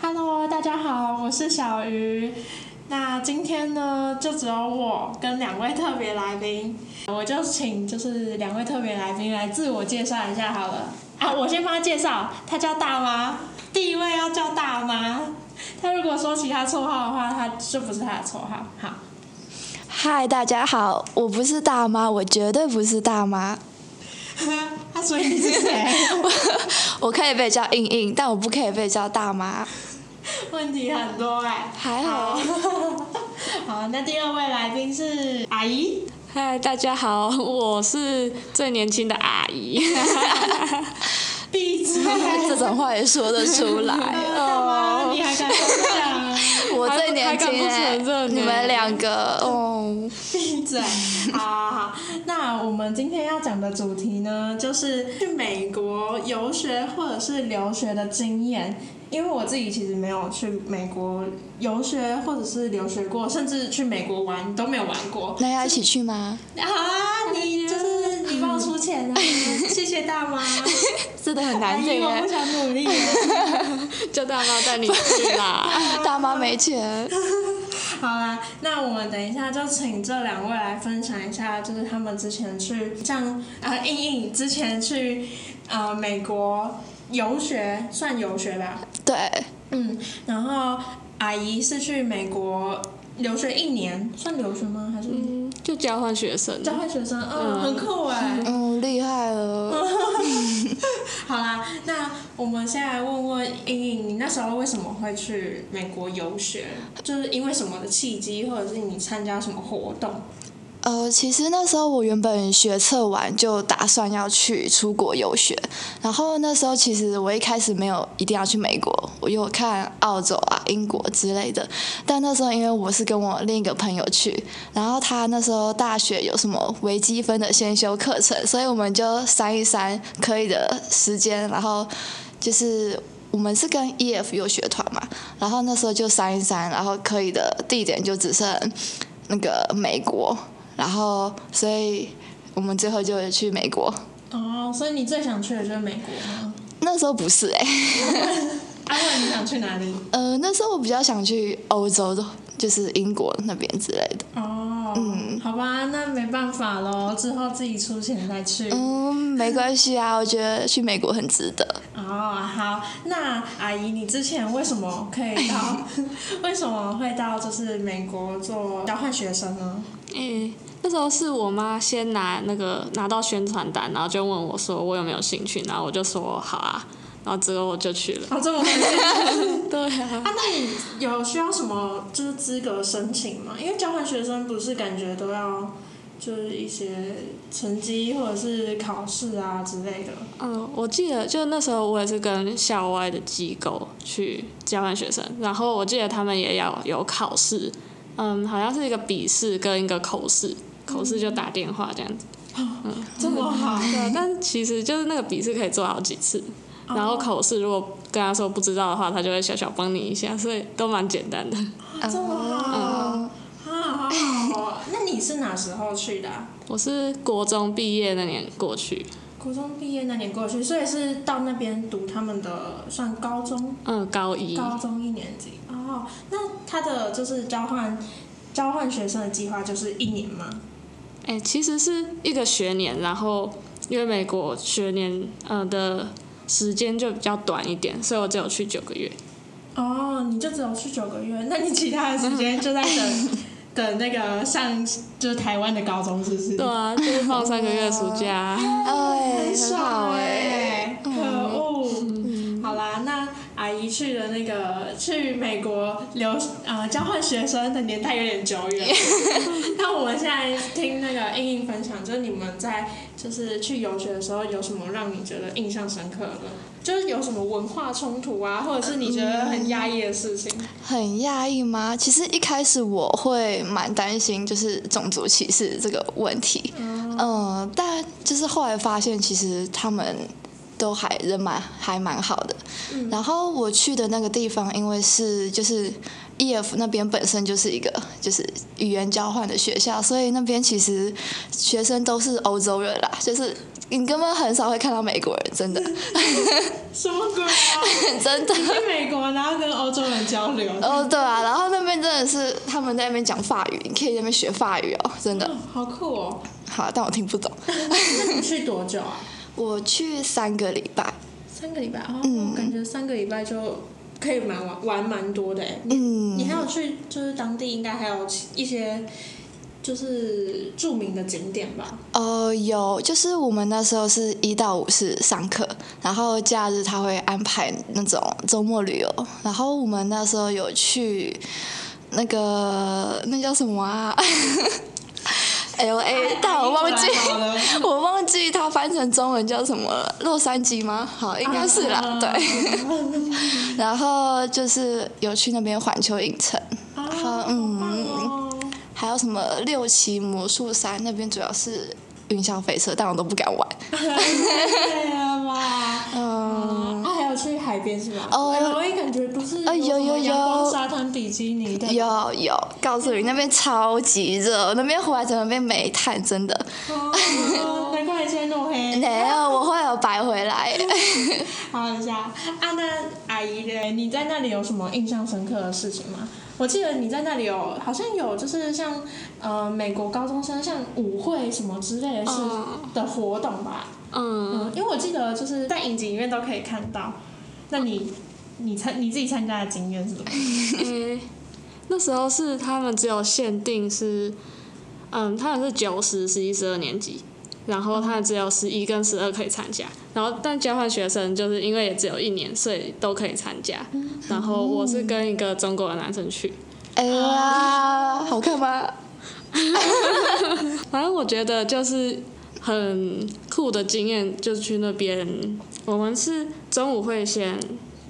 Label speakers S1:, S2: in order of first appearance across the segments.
S1: Hello，大家好，我是小鱼。那今天呢，就只有我跟两位特别来宾，我就请就是两位特别来宾来自我介绍一下好了。啊，我先帮他介绍，他叫大妈，第一位要叫大妈。他如果说其他绰号的话，他就不是他的绰号。好，
S2: 嗨，大家好，我不是大妈，我绝对不是大 妈，
S1: 他所以你是谁？
S2: 我可以被叫硬硬，但我不可以被叫大妈。
S1: 问题很多哎、
S2: 还好。
S1: 好，那第二位来宾是阿姨。
S3: 嗨，大家好，我是最年轻的阿 姨。
S1: 闭嘴！
S2: 这种话也说得出来，哦
S1: 大 妈，你还敢这样？
S2: 我最
S3: 还
S2: 年
S3: 不
S2: 轻
S3: 还敢不承
S2: 欸
S3: 认欸
S2: 你们两个，哦，
S1: 闭嘴！好好好，那我们今天要讲的主题呢，就是去美国游学或者是留学的经验。因为我自己其实没有去美国游学或者是留学过，甚至去美国玩都没有玩过。
S2: 那要一起去吗？
S1: 啊，你就是你帮我出钱 啊！谢谢大妈，
S2: 真的很欸
S1: 阿姨，我不想努力了。
S3: 叫大妈带你去啦。
S2: 大妈没钱，
S1: 好啦，那我们等一下就请这两位来分享一下，就是他们之前去像呃硬硬之前去呃美国游学，算游学吧，
S2: 对，
S1: 嗯，然后阿姨是去美国留学一年，算留学吗？还是
S3: 嗯， 就交换学生。
S1: 交换学生？嗯，
S3: 嗯
S1: 很酷哎、
S2: 嗯，厉害了。
S1: 好啦，那我们先来问问莹莹，你那时候为什么会去美国游学？就是因为什么的契机，或者是你参加什么活动？
S2: 呃，其实那时候我原本学测完就打算要去出国游学，然后那时候其实我一开始没有一定要去美国，我有看澳洲啊、英国之类的。但那时候因为我是跟我另一个朋友去，然后他那时候大学有什么微积分的先修课程，所以我们就删一删可以的时间，然后就是。我们是跟 EF 有学团嘛，然后那时候就删一删，然后可以的地点就只剩那个美国，然后所以我们最后就去美国。
S1: 哦，所以你最想去的就是美国吗？
S2: 那时候不是哎、
S1: 阿问你想去哪里？
S2: 呃，那时候我比较想去欧洲的，就是英国那边之类的。
S1: 哦，好吧，那没办法喽，之后自己出钱再去。
S2: 嗯，没关系啊，我觉得去美国很值得。
S1: 哦，好，那阿姨，你之前为什么可以到， 为什么会到就是美国做交换学生呢？
S3: 诶、那时候是我妈先拿那个拿到宣传单，然后就问我说我有没有兴趣，然后我就说好啊，然后之后我就去了。
S1: 哦，这么回事
S3: 对啊，
S1: 啊？那你有需要什么就是资格申请吗？因为交换学生不是感觉都要就是一些成绩或者是考试啊之类的。
S3: 嗯，我记得就那时候我也是跟校外的机构去交换学生，然后我记得他们也要有考试，嗯，好像是一个笔试跟一个口试，口试就打电话这样子。
S1: 这么好，
S3: 对，啊但其实就是那个笔试可以做好几次，
S1: 哦
S3: 然后口试如果跟他说不知道的话，他就会小小帮你一下，所以都蛮简单的。
S1: 这么
S2: 嗯
S1: 好。啊，好好哦！那你是哪时候去的啊、
S3: 我是国中毕业那年过去，
S1: 国中毕业那年过去，所以是到那边读他们的算高中，
S3: 嗯，高一，
S1: 高中一年级。哦，那他的就是交换交换学生的计划就是一年吗？
S3: 哎、其实是一个学年，然后因为美国学年呃的时间就比较短一点，所以我只有去九个月。
S1: 哦，你就只有去九个月，那你其他的时间就在 等等那个上就是台湾的高中，是不是？
S3: 对啊，就是放三个月暑假。
S2: 哎，
S1: 很
S2: 很
S1: 爽
S2: 好哎、
S1: 哎、可恶！好啦，那阿姨去的那个去美国留呃交换学生的年代有点久远，那我们现在听那个英英分享，就是你们在就是去游学的时候有什么让你觉得印象深刻的？就是有什么文化冲突啊，或者是你觉得很压抑的事情？
S2: 很压抑吗？其实一开始我会蛮担心，就是种族歧视这个问题。嗯、但就是后来发现，其实他们都还人蛮还蛮好的。然后我去的那个地方，因为是就是 EF 那边本身就是一个就是语言交换的学校，所以那边其实学生都是欧洲人啦，就是你根本很少会看到美国人，真的
S1: 什么鬼啊？
S2: 真的。
S1: 去美国然后跟欧洲人交流，
S2: 哦，对啊，然后那边真的是他们在那边讲法语，你可以在那边学法语哦，真的。
S1: 哦好酷哦！
S2: 好，但我听不懂。
S1: 那你去多久啊？
S2: 我去三个礼拜，
S1: 三个礼拜哦，
S2: 嗯
S1: 我感觉三个礼拜就可以蛮玩玩蛮多的哎。
S2: 嗯，
S1: 你还有去就是当地应该还有其一些就是著名的景点吧？
S2: 呃，有，就是我们那时候是一到五是上课，然后假日他会安排那种周末旅游，然后我们那时候有去那个那叫什么啊 ？L
S1: 啊
S2: A，但哎我忘记，
S1: 好了，
S2: 我忘记它翻成中文叫什么了，洛杉矶吗？好，应该是啦，
S1: 啊
S2: 对。然后就是有去那边环球影城，
S1: 啊
S2: 好
S1: 好
S2: 嗯
S1: 棒 哦！
S2: 还有什么六旗魔术山那边主要是云霄飞车，但我都不敢玩。
S1: 对了吧？嗯，啊，还有去海边是吧？
S2: 哦
S1: 哎我也感觉不是
S2: 啊有
S1: 什么
S2: 有
S1: 阳光
S2: 有
S1: 沙滩比基尼的，
S2: 有有，告诉你那边超级热，那边回来整个变煤炭，真的。
S1: 哦，难怪你现在那么黑。
S2: 没有，我会有白 回来。
S1: 好一下，啊，那阿姨嘞，你在那里有什么印象深刻的事情吗？我记得你在那里有，好像有就是像呃美国高中生像舞会什么之类的事、
S3: 嗯
S1: 的活动吧。
S3: 嗯，
S1: 嗯，因为我记得就是在影集里面都可以看到。那你你参你自己参加的经验是什么？
S3: 诶 那时候是他们只有限定是，嗯，他们是九、十、十一、十二年级，然后他们只有十一跟十二可以参加，然后但交换学生就是因为也只有一年，所以都可以参加。然后我是跟一个中国的男生去，
S2: 哎呀，好看吗？
S3: 反正我觉得就是很酷的经验，就是去那边，我们是中午会先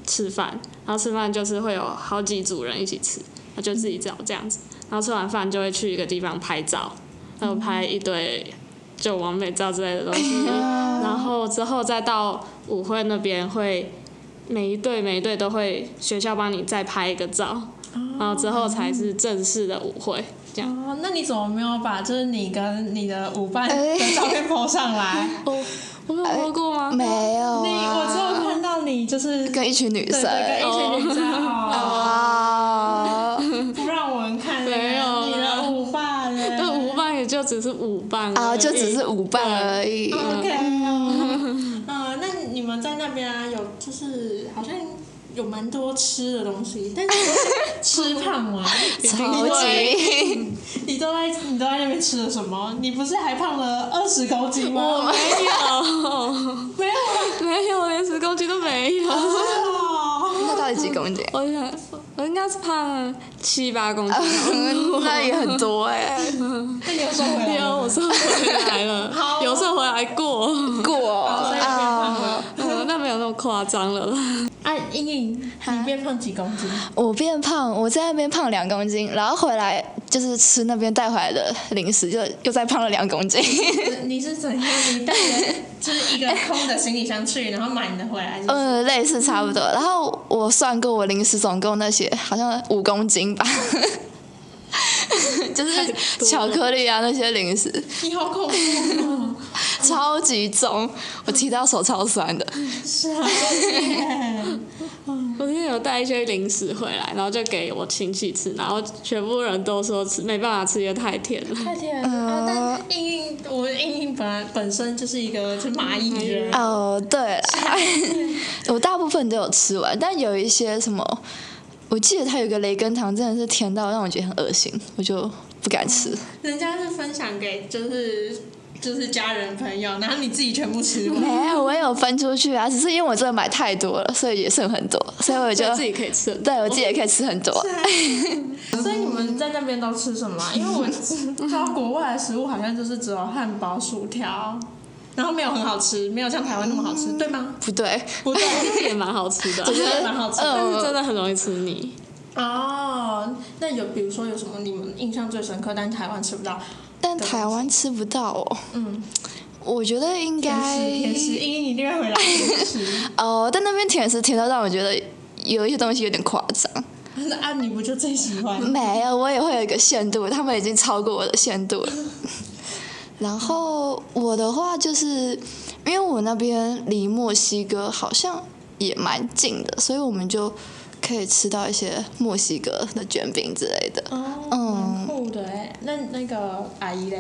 S3: 吃饭，然后吃饭就是会有好几组人一起吃，那就自己找这样子，然后吃完饭就会去一个地方拍照，然后拍一堆就完美照之类的东西， 然后之后再到舞会那边会。每一队每一队都会学校帮你再拍一个照，然后之后才是正式的舞会这样。
S2: 嗯
S1: 哦，那你怎么没有把就是你跟你的舞伴
S2: 哎
S1: 的照片 po 上 来？
S3: 哦，我没有喝过吗？
S2: 没有
S1: 你我只有
S2: 啊，
S1: 看到你就是
S2: 跟一群女
S1: 对
S2: 生。
S1: 对跟一群女生哦
S2: 啊
S1: 不让我们看
S3: 没有
S1: 你的舞伴嘞。
S3: 那舞伴也就只是舞伴
S2: 啊，
S3: 而已
S2: 就只是舞伴而已。
S1: OK 嗯，嗯，那你们在那边啊，有就是好像有蛮多吃的东西，但是吃胖吗？
S2: 超级，
S1: 你都在你都在那边吃了什么？你不是还胖了二十公斤
S3: 我
S1: 吗？
S3: 没
S1: 没有啊
S3: 有，没有，连十公斤都没有。
S1: 哦，
S2: 那到底几公斤？
S3: 我想，我应该是胖了七八公斤。
S2: 哦那也很多哎、
S1: 那你有瘦回来
S3: 有，
S1: 吗？
S3: 哎我瘦回来
S1: 好
S3: 了，
S1: 哦
S3: 有瘦回来过，
S2: 过
S1: 所以你变胖
S2: 啊！
S1: 了。
S3: 嗯但没有那么夸张了啦。
S1: 啊，莹莹，你变胖几公斤？
S2: 我变胖，我在那边胖两公斤，然后回来就是吃那边带回来的零食，就又再胖了两公斤。
S1: 你是怎样？你带着就是一个空的行李箱去，然后买你的回来？
S2: 嗯，类似差不多。然后我算过，我零食总共那些好像五公斤吧， 就是巧克力啊那些零食
S1: 你好恐怖哦！
S2: 超级重，我提到手超酸的。
S1: 是 啊，
S3: 我今天有带一些零食回来，然后就给我亲戚吃，然后全部人都说吃没办法吃，因为太甜了。
S1: 太甜了。啊但是英英，我们英英本来本身就是一个就嗯蚂蚁人，
S2: 哦，对 啦，我大部分都有吃完，但有一些什么，我记得它有一个雷根糖，真的是甜到让我觉得很恶心，我就不敢吃。
S1: 人家是分享给就是就是家人朋友，然后你自己全部吃完。
S2: 没有，我也有分出去啊，只是因为我真的买太多了，所以也剩很多，所以我 就
S3: 自己可以吃很多。
S2: 对我自己也可以吃很多。
S1: 所以你们在那边都吃什么啊？因为我知道国外的食物好像就是只有汉堡、薯条，然后没有很好吃，没有像台湾那么好吃，对吗？
S2: 不对，
S1: 不 对，
S3: 也蛮好吃的啊，
S1: 我觉得哦蛮好吃的。
S2: 嗯
S3: 但是真的很容易吃腻。
S1: 哦，那有比如说有什么你们印象最深刻，但台湾吃不到？
S2: 但台湾吃不到哦。
S1: 嗯，
S2: 我觉得应
S1: 甜
S2: 该
S1: 食，甜食，英英一定会回来吃。
S2: 哦，但那边甜食甜到让我觉得有一些东西有点夸张。
S1: 那啊，你不就最喜欢？
S2: 没有，我也会有一个限度，他们已经超过我的限度了。 然后我的话就是，因为我那边离墨西哥好像也蛮近的，所以我们就可以吃到一些墨西哥的卷饼之类的。
S1: 哦，
S2: 嗯
S1: 蛮酷的哎。那那个阿姨嘞？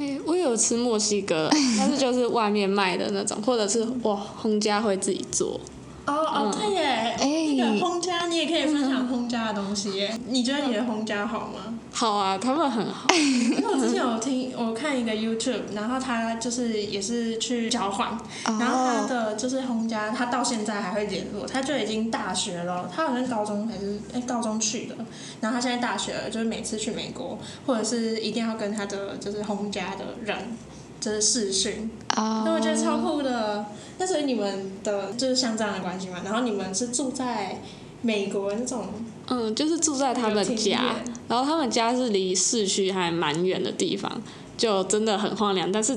S3: 诶哎我有吃墨西 哥，但是就是外面卖的那种，或者是哇，洪家会自己做。
S1: 哦哦，对耶，
S2: 哎
S1: 那个烘家你也可以分享烘家的东西耶。你觉得你的烘家好吗？
S3: 好啊，他们很好。
S1: 因为我之前有听，我看一个 YouTube，然后他就是也是去交换，
S2: 哦
S1: 嗯然后他的就是洪家，他到现在还会联络，他就已经大学了，他好像高中还是哎、高中去的，然后他现在大学了，就是每次去美国，或者是一定要跟他的就是洪家的人就是视讯，
S2: 啊
S1: 那我觉得超酷的。那所以你们的就是像这样的关系嘛，然后你们是住在美国那种
S3: 嗯，就是住在他
S1: 有
S3: 们
S1: 庭
S3: 家
S1: 院，
S3: 然后他们家是离市区还蛮远的地方，就真的很荒凉，但是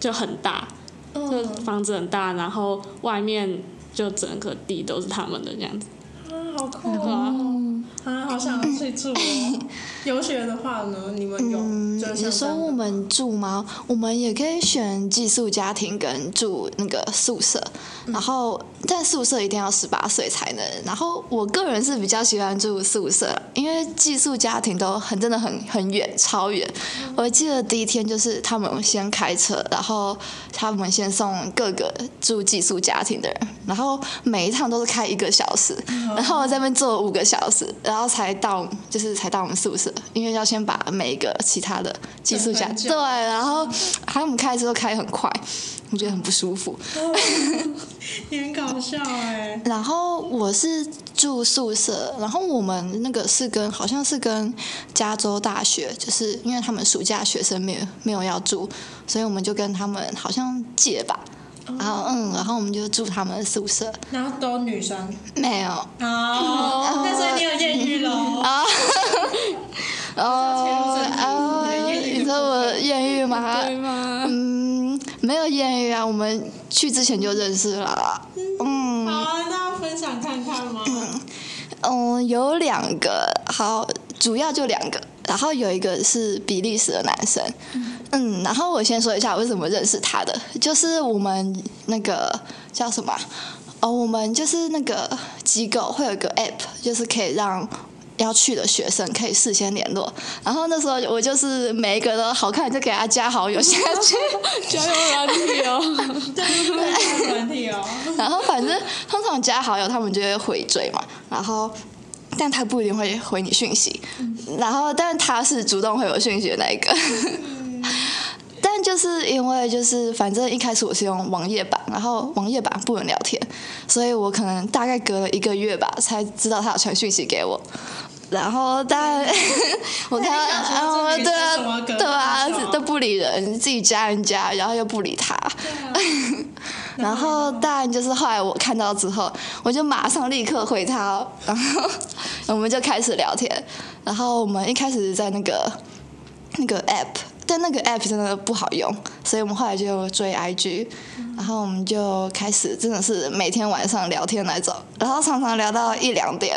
S3: 就很大，就
S1: 嗯
S3: 房子很大，然后外面就整个地都是他们的这样子。
S1: 啊，好酷哦！啊，好想要去住哦。游学的话呢，你们有
S2: 嗯
S1: 就是，
S2: 你
S1: 像这
S2: 说
S1: 样
S2: 我
S1: 的
S2: 们住吗？我们也可以选寄宿家庭跟住那个宿舍，然后但宿舍一定要十八岁才能。然后我个人是比较喜欢住宿舍，因为寄宿家庭都很真的很很远，超远。我记得第一天就是他们先开车，然后他们先送各个住寄宿家庭的人，然后每一趟都是开一个小时，然后在那边坐五个小时，然后才到就是才到我们宿舍，因为要先把每一个其他的寄宿家
S1: 分
S2: 对，
S1: 久
S2: 然后他们开车都开很快，我觉得很不舒服。
S1: 也很搞笑哎、
S2: 然后我是住宿舍，然后我们那个是跟好像是跟加州大学，就是因为他们暑假学生没有没有要住，所以我们就跟他们好像借吧。然后嗯，然后我们就住他们的宿舍，
S1: 然后都女生
S2: 没 有
S1: 哦，那所以你有艳遇喽？
S2: 啊，
S1: 要
S2: 哦
S1: 切入正题
S2: 啊
S1: 你的艳遇的
S2: 你说我艳遇吗？
S3: 对吗？
S2: 嗯，没有艳遇啊，我们去之前就认识了啊。嗯
S1: 好啊，那分享看看吗？
S2: 嗯，有两个，好，主要就两个，然后有一个是比利时的男生，嗯，然后我先说一下我是怎么认识他的，就是我们那个叫什么啊？哦，我们就是那个机构会有一个 app，就是可以让要去的学生可以事先联络。然后那时候我就是每一个都好看，就给他加好友下去。
S3: 交友软体哦，
S1: 对，分享团体哦。
S2: 然后反正通常加好友，他们就会回追嘛，然后。但他不一定会回你讯息，
S1: 嗯
S2: 然后但他是主动回我讯息的那一个。
S1: 嗯
S2: 但就是因为就是反正一开始我是用网页版，然后网页版不能聊天，所以我可能大概隔了一个月吧，才知道他有传讯息给我。然 后但我看
S1: 那你想
S2: 到
S1: 说
S2: 啊，
S1: 这女
S2: 对
S1: 生怎么
S2: 啊，
S1: 隔
S2: 对啊
S1: 那么久，
S2: 都不理人，自己加人家，然后又不理他。
S1: 对啊，
S2: 然后当然就是后来我看到之后，我就马上立刻回他哦，然后我们就开始聊天。然后我们一开始在那个那个 app，但那个 app 真的不好用，所以我们后来就追 IG，然后我们就开始真的是每天晚上聊天来着，然后常常聊到一两点。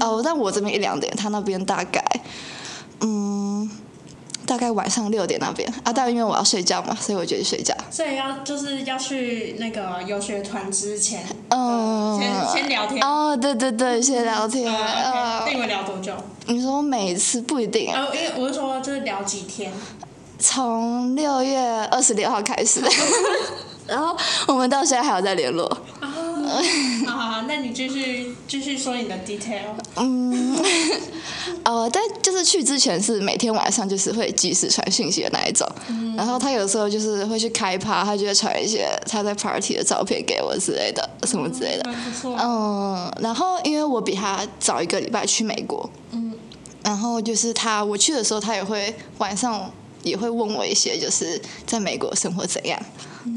S2: 哦，但我这边一两点，他那边大概嗯。大概晚上六点那边啊，但因为我要睡觉嘛，所以我就去睡觉。
S1: 所以要就是要去那个游学团之前，
S2: 嗯，
S1: 先先聊天。
S2: 哦，对对对，先聊天。
S1: 啊
S2: 呃
S1: ，OK，那你们聊多久？
S2: 你说每一次不一定啊，
S1: 啊，因为我是说，就是聊几天，
S2: 从六月二十六号开 始，然后我们到现在还有在联络。
S1: 啊好好好，那你继续继续说你的 detail。
S2: 嗯， 呃，但就是去之前是每天晚上就是会及时传讯息的那一种，
S1: 嗯
S2: 然后他有时候就是会去开趴，他就会传一些他在 party 的照片给我之类的，什么之类的。
S1: 蛮不错。啊
S2: 嗯，然后因为我比他早一个礼拜去美国，
S1: 嗯，
S2: 然后就是他，我去的时候，他也会晚上也会问我一些，就是在美国生活怎样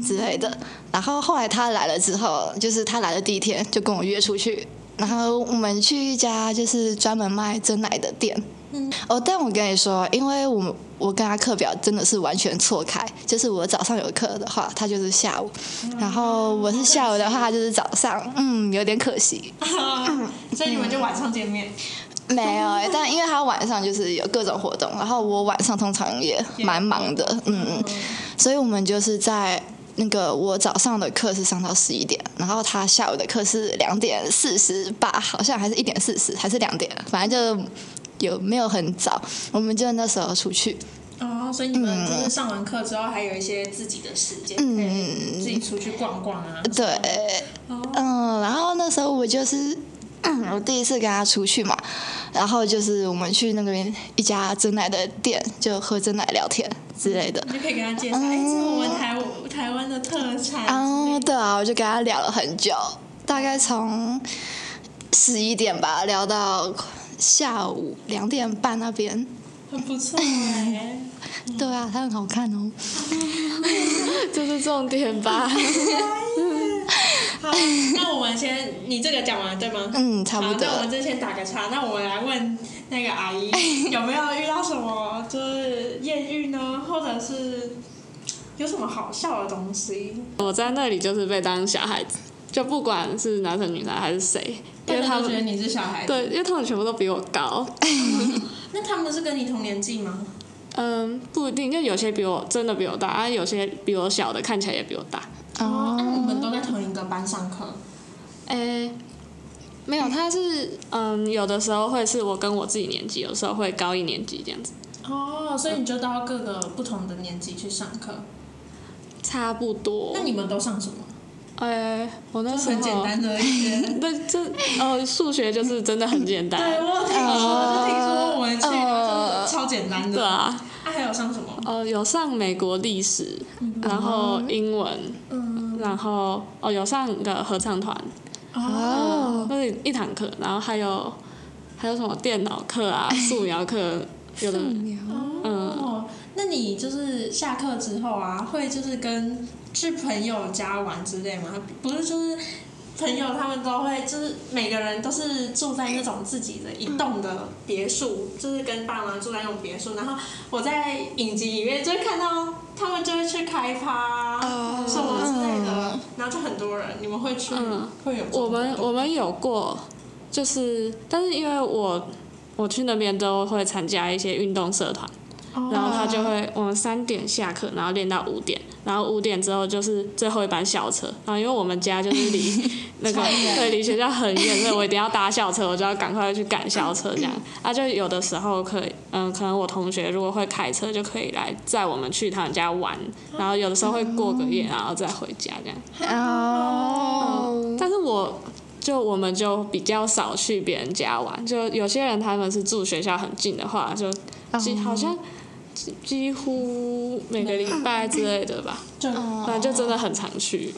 S2: 之类的。然后后来他来了之后，就是他来的第一天就跟我约出去，然后我们去一家就是专门卖真奶的店。
S1: 嗯，
S2: 哦，但我跟你说，因为我们我跟他课表真的是完全错开，就是我早上有课的话，他就是下午，然后我是下午的话，他就是早上，嗯，有点可惜。
S1: 所以你们就晚上见面。
S2: 没有哎、但因为他晚上就是有各种活动，然后我晚上通常也蛮忙的，嗯嗯，所以我们就是在那个我早上的课是上到十一点，然后他下午的课是两点四十八，好像还是一点四十，还是两点，反正就有没有很早，我们就那时候出去，
S1: 哦，所以你们就是上完课之后，还有一些自己的时间，
S3: 嗯
S1: 可以自己出去逛逛
S3: 呃
S1: 啊。
S2: 对，嗯，然后那时候我就是。嗯我第一次跟他出去嘛，然后就是我们去那边一家真奶的店，就喝真奶聊天之类的。
S1: 你就可以给他介
S3: 哦
S1: 绍，哎、这是我们台台湾的特产之类
S2: 啊，
S1: 的。
S2: 对啊，我就跟他聊了很久，大概从十一点吧聊到下午两点半那边。
S1: 很不错 哎、
S2: 对啊，他很好看哦。
S3: 这是重点吧？
S1: 好，那我们先，你这个讲完对吗？
S2: 嗯，差不
S1: 好，那我
S2: 多
S1: 们。就先打个叉。那我来问那个阿 姨，有没有遇到什么就是艳遇呢，或者是有什么好笑的东西？
S3: 我在那里就是被当小孩子，就不管是男生女生还是谁，因为
S1: 大家
S3: 他
S1: 都觉得
S3: 们
S1: 你是小孩子，
S3: 对，因为他们全部都比我高，
S1: 那他们是跟你同年纪吗？
S3: 嗯，不一定，就有些比我真的比我大，啊，有些比我小的看起来也比我大。
S1: 哦，那、你
S2: 哦，
S1: 们都在同一个班上课，
S3: 诶，没有，他是嗯，有的时候会是我跟我自己年级，有时候会高一年级这样子，
S1: 哦，所以你就到各个不同的年级去上课。
S3: 差不多
S1: 那。你们都上什么？
S3: 诶，我那时候
S1: 很简，单的一些。
S3: 对，这呃，数学就是真的很简
S1: 对，
S3: 单，
S1: 我有听说，就听说我们去然后就是超简单
S3: 对
S1: 的。呃啊，
S3: 啊，
S1: 还有上什么？
S3: 呃，有上美国历史，然后英文，
S1: 嗯，
S3: 然后哦，有上个合唱团，
S1: 哦，
S3: 那是一堂课，然后还有还有什么电脑课啊、
S1: 哎
S3: 素描课，有的嗯
S1: 哦，那你就是下课之后啊，会就是跟去朋友家玩之类吗？不是，就是朋友他们都会，就是每个人都是住在那种自己的一栋的别墅，就是跟爸妈住在那种别墅。然后我在影集里面就会看到他们就会去开趴什么之类的，然后就很多人，你们会去，
S3: 嗯
S1: 会有这种
S3: 我们
S1: 活动
S3: 我们有过，就是但是因为我我去那边都会参加一些运动社团，
S1: 哦
S3: 然后他就会我们三点下课，然后练到五点，然后五点之后就是最后一班校车，然后因为我们家就是 离那个
S1: 超远
S3: 对离学校很远，所以我一定要搭校车，我就要赶快去赶校车 这样。啊，就有的时候可以，嗯，可能我同学如果会开车，就可以来载我们去他们家玩，然后有的时候会过个夜，然后再回家这样。
S2: 哦，
S3: 但是我就我们就比较少去别人家玩，就有些人他们是住学校很近的话，就几、好像几几乎每个礼拜之类的吧，
S1: 就
S3: 反正就真的很常去。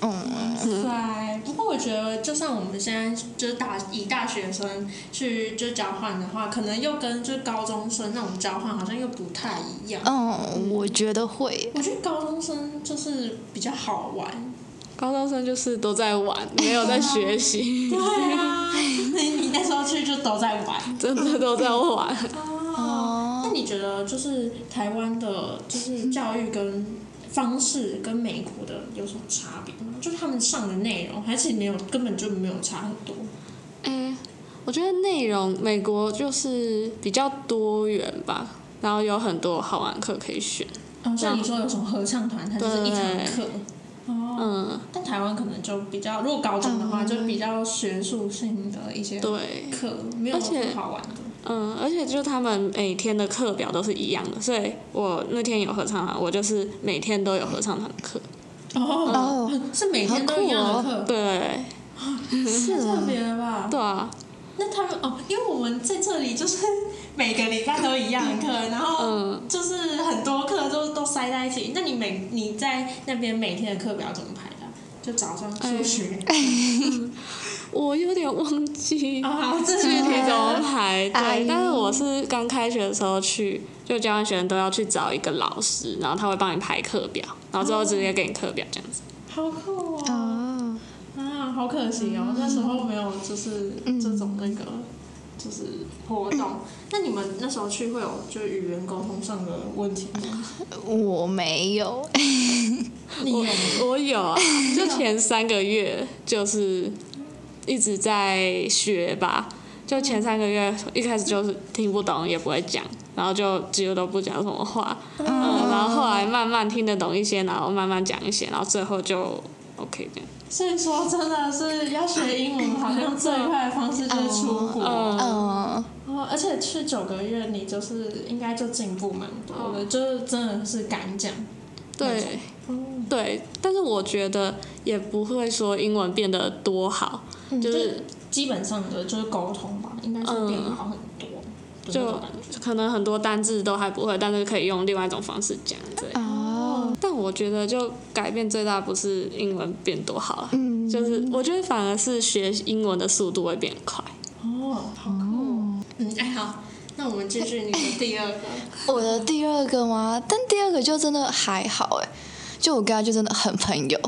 S1: 对，不过我觉得，就算我们现在就是大以大学生去就交换的话，可能又跟就是高中生那种交换好像又不太一样。
S2: 嗯，我觉得会耶。
S1: 我觉得高中生就是比较好玩。
S3: 高中生就是都在玩，没有在学习，
S1: 对啊，你 你那时候去就都在玩。
S3: 真的都在玩。
S1: 哦，那你觉得就是台湾的，就是教育跟方式跟美国的有什么差别吗？就是他们上的内容，还是没有根本就没有差很多？
S3: 嗯，我觉得内容美国就是比较多元吧，然后有很多好玩课可以选。
S1: 哦，像你说有什么合唱团，它就是一堂
S3: 啊对
S1: 课。哦，
S3: 嗯，
S1: 但台湾可能就比较，如果高中的话，就比较学术性的一些
S3: 对。
S1: 课，没有
S3: 而且
S1: 很好玩的。
S3: 嗯，而且就他们每天的课表都是一样的，所以我那天有合唱团，我就是每天都有合唱团课。嗯
S1: 哦，是每天都一样的
S3: 哦
S1: 课，
S3: 对，
S1: 太特别了吧？
S3: 对啊，
S1: 那他们哦，因为我们在这里就是每个礼拜都一样的课，然后
S3: 嗯
S1: 就是很多课都都塞在一起。那你每你在那边每天的课表怎么排的啊？就早上数学，
S3: 哎我有点忘记
S1: 啊，这是
S3: 具体怎么排。
S2: 哎
S3: 对
S2: 呦，
S3: 但是我是刚开学的时候去，就交换学生都要去找一个老师，然后他会帮你排课表，然后之后直接给你课表这样子。
S1: 好酷哦！
S2: 哦，
S1: 啊，好可惜哦，那时候没有就是这种那个、就是活动。那你们那时候去会有就是语言沟通上的问题吗？
S2: 我没有。
S1: 你有吗？
S3: 我有 啊，就前三个月就是一直在学吧，就前三个月一开始就是听不懂，也不会讲，然后就几乎都不讲什么话，嗯，然后后来慢慢听得懂一些，然后慢慢讲一些，然后最后就 OK 这样。
S1: 所以说，真的是要学英文，好像最快的方式就是出国。
S3: 嗯
S2: 嗯，
S1: 哦，而且去九个月，你就是应该就进步蛮多的，就是真的是敢讲。
S3: 对，对，但是我觉得也不会说英文变得多好，
S1: 嗯
S3: 就是
S1: 基本上的就是沟通吧，应该是变好很多。的那
S3: 就
S1: 种感觉
S3: 可能很多单字都还不会，但是可以用另外一种方式讲之类的。
S2: 哦，
S3: 但我觉得就改变最大不是英文变多好啊，
S2: 嗯
S3: 就是我觉得反而是学英文的速度会变快。
S1: 哦，好酷。嗯，哎好，那我们继续你的第二个。
S2: 我的第二个吗？但第二个就真的还好哎，就我跟他就真的很朋友。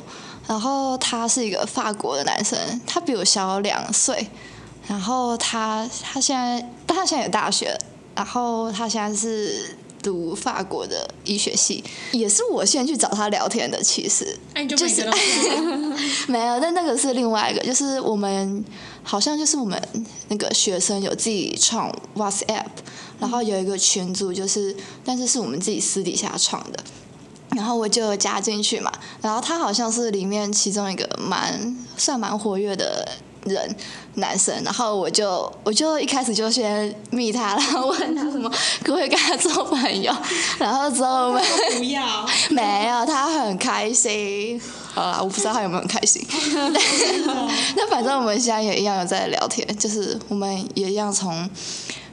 S2: 然后他是一个法国的男生，他比我小两岁。然后他他现在，但他现在也大学了，然后他现在是读法国的医学系，也是我先去找他聊天的。其实
S1: 哎，你就
S2: 就
S1: 每
S2: 是
S1: 个都说
S2: 没有，但那个是另外一个，就是我们好像就是我们那个学生有自己创 WhatsApp，然后有一个群组，就是但是是我们自己私底下创的，然后我就加进去嘛，然后他好像是里面其中一个蛮算蛮活跃的人，男生，然后我就我就一开始就先密他，然后问他什么可不可以跟他做朋友，然后之后我们。
S1: 不 要，
S2: 没有，他很开心。好啦，我不知道他有没有很开心。 那反正我们现在也一样有在聊天，就是我们也一样从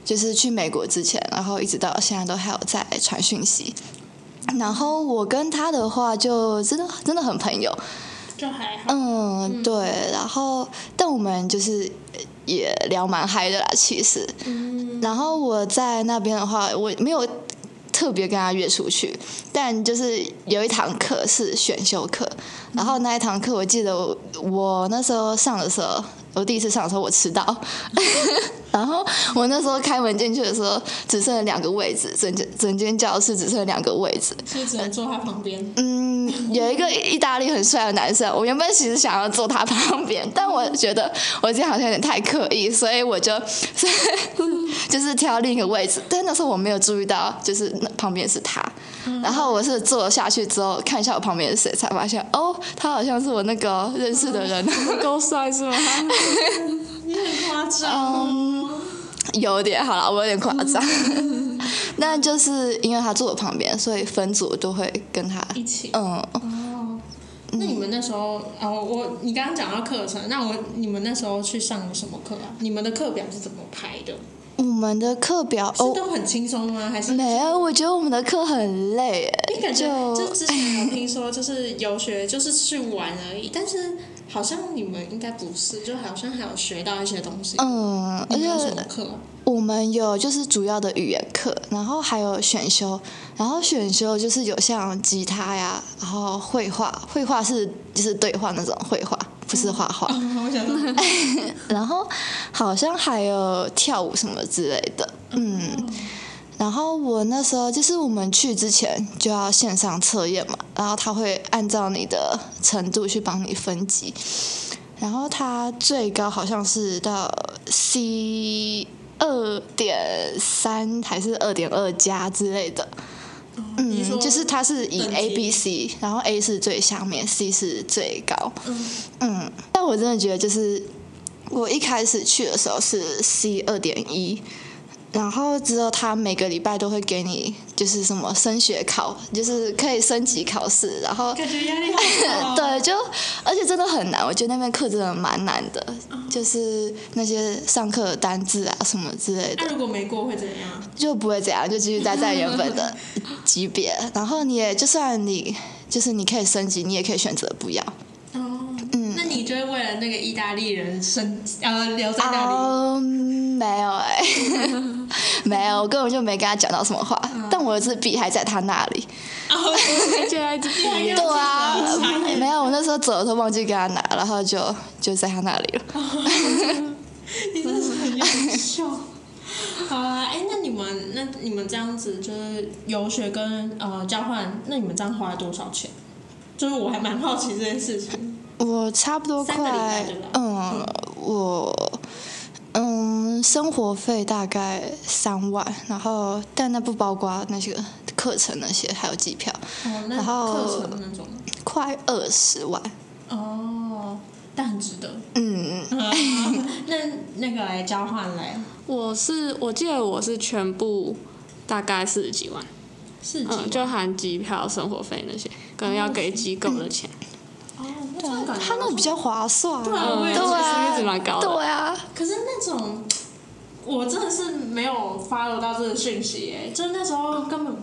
S2: 就是去美国之前，然后一直到现在都还有在传讯息。然后我跟他的话就真的真的很朋友，
S1: 就还好。
S2: 嗯，对。然后但我们就是也聊蛮嗨的啦，其实。然后我在那边的话，我没有特别跟他约出去，但就是有一堂课是选修课，然后那一堂课我记得我我那时候上的时候，我第一次上的时候我迟到， 然后我那时候开门进去的时候只剩了两个位置，整间整间教室只剩了两个位置，
S1: 所以只能坐他旁边。
S2: 嗯，有一个意大利很帅的男生，我原本其实想要坐他旁边，但我觉得我这样好像有点太刻意，所以我就 所以就是挑另一个位置。但那时候我没有注意到，就是那旁边是他。然后我是坐下去之后，看一下我旁边是谁，才发现哦，他好像是我那个认识的人，
S3: 够帅是吗？
S1: 你很夸
S2: 嗯
S1: 张。
S2: 有点好了，我有点夸张。 那就是因为他坐我旁边，所以分组都会跟他，
S1: 一起。
S2: 嗯，
S1: 哦，那你们那时候，哦，我你刚刚讲到课程，那我你们那时候去上什么课啊？你们的课表是怎么排的？
S2: 我们的课表
S1: 是
S2: 哦。
S1: 都很轻松吗？还是
S2: 没有，我觉得我们的课很累耶，
S1: 你感觉
S2: 就
S1: 就之前有听说，就是游学 就是去玩而已，但是好像你们应该不是，就好像还有学到一些东西。
S2: 嗯，而
S1: 你们有什么
S2: 且
S1: 课啊？
S2: 我们有就是主要的语言课，然后还有选修，然后选修就是有像吉他呀，然后绘画，绘画是就是对话那种绘画，不是画画，
S1: 啊，我想说，
S2: 然后好像还有跳舞什么之类的，嗯。然后我那时候就是我们去之前就要线上测验嘛，然后他会按照你的程度去帮你分级，然后他最高好像是到 C 二点三还是二点二加之类的，
S1: 哦你说
S2: 嗯，就是它是以
S1: 等级
S2: A B C，然后 A 是最下面，C 是最高，
S1: 嗯
S2: 嗯，但我真的觉得就是我一开始去的时候是 C 二点一，然后之后他每个礼拜都会给你就是什么升学考，就是可以升级考试，然后
S1: 感觉压力好大哦。
S2: 对，就而且真的很难，我觉得那边课真的蛮难的，就是那些上课的单字啊什么之类的
S1: 那、。如果没过会怎样？啊
S2: 就不会怎样，就继续待在原本的级别。然后你也就算你就是你可以升级，你也可以选择不要。
S1: 哦，那你就会为了那个意大利人生呃留在那里。
S2: 啊、没 有哎、没有，我根本就没跟他讲到什么话。
S1: 嗯
S2: 但我这笔还在他那里。
S1: 哦，
S3: 而且哎还一直比
S1: 还
S2: 对
S1: 有
S2: 啊
S1: 这个差，异
S2: 没有，我那时候走的时候忘记给他拿，然后就就在他那里了。
S1: 你真的是很优秀。好啊，哎、那你们那你们这样子就是游学跟呃交换，那你们这样花了多少钱？就是我还蛮好奇这件事情。
S2: 我差不多
S1: 三个礼拜
S2: 快
S1: 对不对，
S2: 嗯，我，嗯，嗯，生活费大概三万，然后但那不包括那些课程那些，还有机票，
S1: 哦，那
S2: 然后
S1: 课程那种的。
S2: 快二十万。
S1: 哦，但很值得。
S2: 嗯，
S1: 那那个来交换嘞，
S3: 我是我记得我是全部大概四十几万，
S1: 是几
S3: 嗯，
S1: 万？
S3: 就含机票、生活费那些，可能要给机构的钱，
S1: 哦，那这样感觉
S2: 他那个比较划算。
S1: 对啊，我也
S3: 嗯
S1: 觉
S3: 对
S1: 得
S3: 啊
S2: 啊，
S3: 其实蛮高的
S2: 对啊，
S1: 可是那种，我真的是没有 follow 到这个讯息耶，就是那时候根本，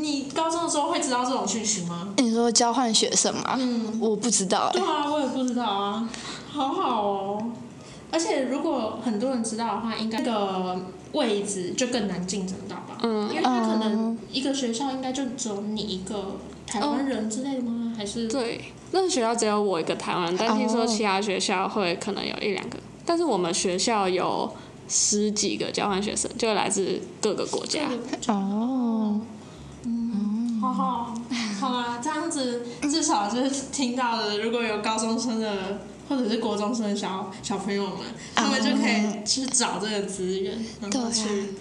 S1: 你高中的时候会知道这种讯息吗？
S2: 你说交换学生吗？
S1: 嗯，
S2: 我不知道、
S1: 对啊，我也不知道啊，好好哦。而且如果很多人知道的话，应该那个位置就更难竞争到吧？
S3: 嗯
S1: 因为他可能
S2: 嗯
S1: 一个学校应该就只有你一个台湾人之类的吗？还是
S3: 对，那个学校只有我一个台湾人，但听说其他学校会可能有一两个，但是我们学校有十几个交换学生，就来自各个国家。
S2: 哎。哦，
S1: 好好，哦好啦，这样子至少就是听到了，如果有高中生的或者是国中生的小小朋友们，他们就可以去找这个资源，然后
S2: 对
S1: 去。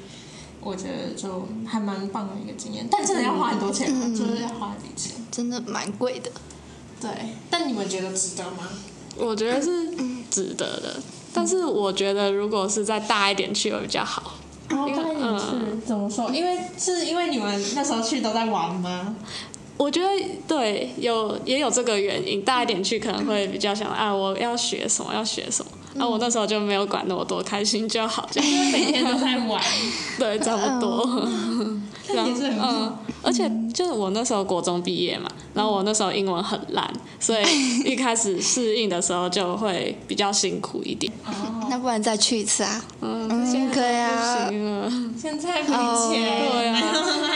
S1: 我觉得就还蛮棒的一个经验，但真的要花很多钱啊，就是要花一笔钱。
S2: 真的蛮贵的。
S1: 对，但你们觉得值得吗？
S3: 我觉得是值得的，但是我觉得如果是再大一点去会比较好。
S1: 然后
S3: 大一点去
S1: 怎么说？因为是因为你们那时候去都在玩吗？
S3: 我觉得对，有也有这个原因，大一点去可能会比较想啊，我要学什么，要学什么。啊，我那时候就没有管那么多，开心就好，这样
S1: 因为 每天都在玩，
S3: 对，差不多。
S1: 那也是很棒
S3: 嗯，而且就是我那时候国中毕业嘛，然后我那时候英文很烂，所以一开始适应的时候就会比较辛苦一点。
S1: 哦
S2: 那不然再去一次啊？
S3: 嗯，现在
S2: 可以啊
S3: 不行了，
S1: 现在没钱，
S3: 对 啊，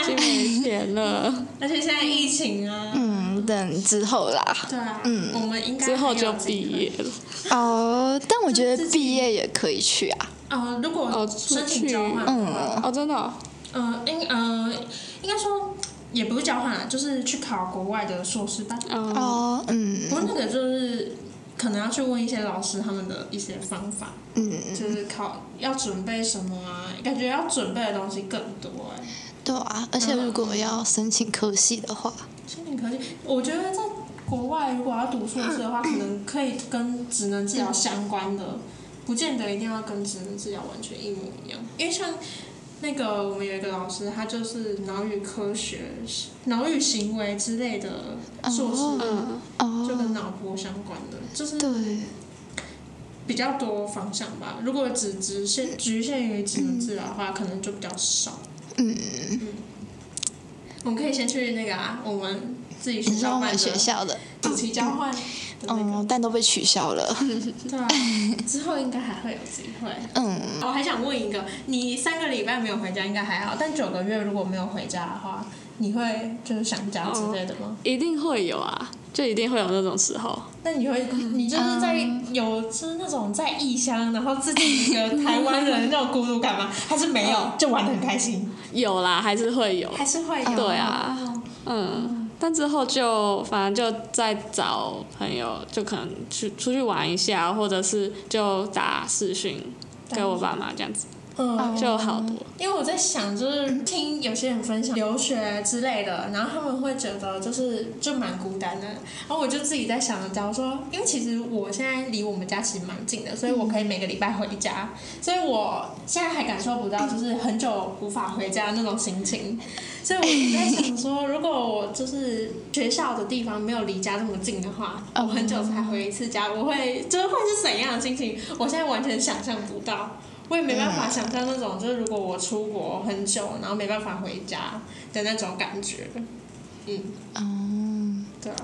S3: 已经没钱了，
S1: 而且现在疫情啊，
S2: 嗯，等之后啦。
S1: 对啊，嗯，我们应该
S3: 之后
S1: 还有
S3: 就
S1: 机
S3: 毕
S1: 会
S3: 业了。
S2: 哦，但我觉
S1: 自
S2: 得
S1: 己
S2: 毕业也可以去啊。
S1: 呃，如果
S3: 哦
S1: 申
S3: 出
S1: 请
S3: 去
S1: 交换的话，
S3: 哦，真的哦
S1: 呃，应呃，应该说也不是交换啊，就是去考国外的硕士班。
S3: 嗯，
S2: 哦，嗯
S1: 不过那个就是可能要去问一些老师他们的一些方法，
S2: 嗯，
S1: 就是考要准备什么啊，感觉要准备的东西更多哎、
S2: 对啊。而且如果要申请科系的话，
S1: 心理科技，我觉得在国外如果要读硕士的话，可能可以跟职能治疗相关的，不见得一定要跟职能治疗完全一模一样。因为像那个我们有一个老师，他就是脑语科学、脑语行为之类的硕士，
S3: 嗯
S1: 就
S2: 哦，
S1: 跟脑波相关的，就是
S2: 对，
S1: 比较多方向吧。如果只只限局限于职能治疗的话，可能就比较少。
S2: 嗯，
S1: 我们可以先去那个啊，我们自己学
S2: 你说
S1: 校
S2: 我
S1: 办
S2: 们学
S1: 的
S2: 校的，
S1: 主题交换的那个。
S2: 哦，但都被取消了。
S1: 对啊， 之后应该还会有机会。哦
S2: 嗯，
S1: 我还想问一个，你三个礼拜没有回家应该还好，但九个月如果没有回家的话，你会就是想家之类的吗？
S3: 一定会有啊，就一定会有那种时候。
S1: 那你会，你就是在
S3: 嗯
S1: 有就是那种在异乡，然后自己一个台湾人那种孤独感吗？还是没有，就玩的很开心？
S3: 有啦，还是会有。
S1: 还是会有？
S3: 对啊，嗯，但之后就反正就再找朋友，就可能去出去玩一下，或者是就打视讯给我爸妈这样子，
S1: 嗯，
S3: 哦就好多。
S1: 因为我在想，就是听有些人分享留学之类的，然后他们会觉得就是就蛮孤单的。然后我就自己在想，假如说，因为其实我现在离我们家其实蛮近的，所以我可以每个礼拜回家，所以我现在还感受不到就是很久无法回家那种心情。所以我就在想说，如果我就是学校的地方没有离家这么近的话，我很久才回一次家，我会就是会是怎样的心情？我现在完全想象不到。我也没办法想象那种，就是如果我出国很久，然后没办法回家的那种感觉。嗯，
S2: 嗯，
S1: 对啊。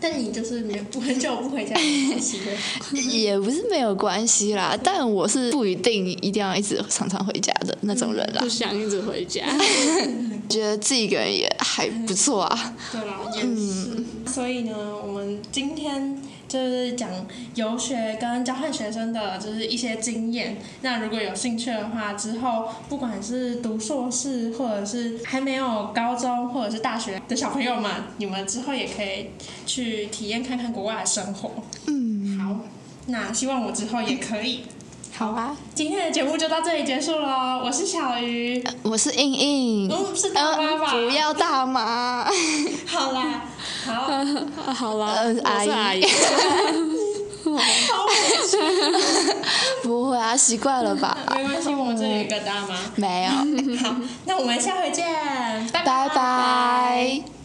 S1: 但你就是没有很久不回家没关系的，
S2: 也不是没有关系啦，但我是不一定一定要一直常常回家的那种人啦
S3: 不。想一直回家，
S2: 觉得自己一个人也还不错啊。
S1: 对啦，也是。所以呢，我们今天就是讲游学跟交换学生的就是一些经验。那如果有兴趣的话，之后不管是读硕士，或者是还没有高中或者是大学的小朋友们，你们之后也可以去体验看看国外的生活。
S2: 嗯，
S1: 好，那希望我之后也可以。
S2: 好啊，
S1: 今天的节目就到这里结束了，我是小鱼，
S2: 我是硬硬，呃
S1: 嗯，是大妈吧？
S2: 不要大妈，
S1: 好啦，好，
S3: 啊 好啦，
S2: 呃
S3: 我是
S2: 阿姨
S3: 阿姨，
S1: 好委屈
S2: 不会啊，习惯了吧？
S1: 没关系，我们这里有一个大妈。
S2: 没有，
S1: 好，那我们下回见，拜
S2: 拜拜。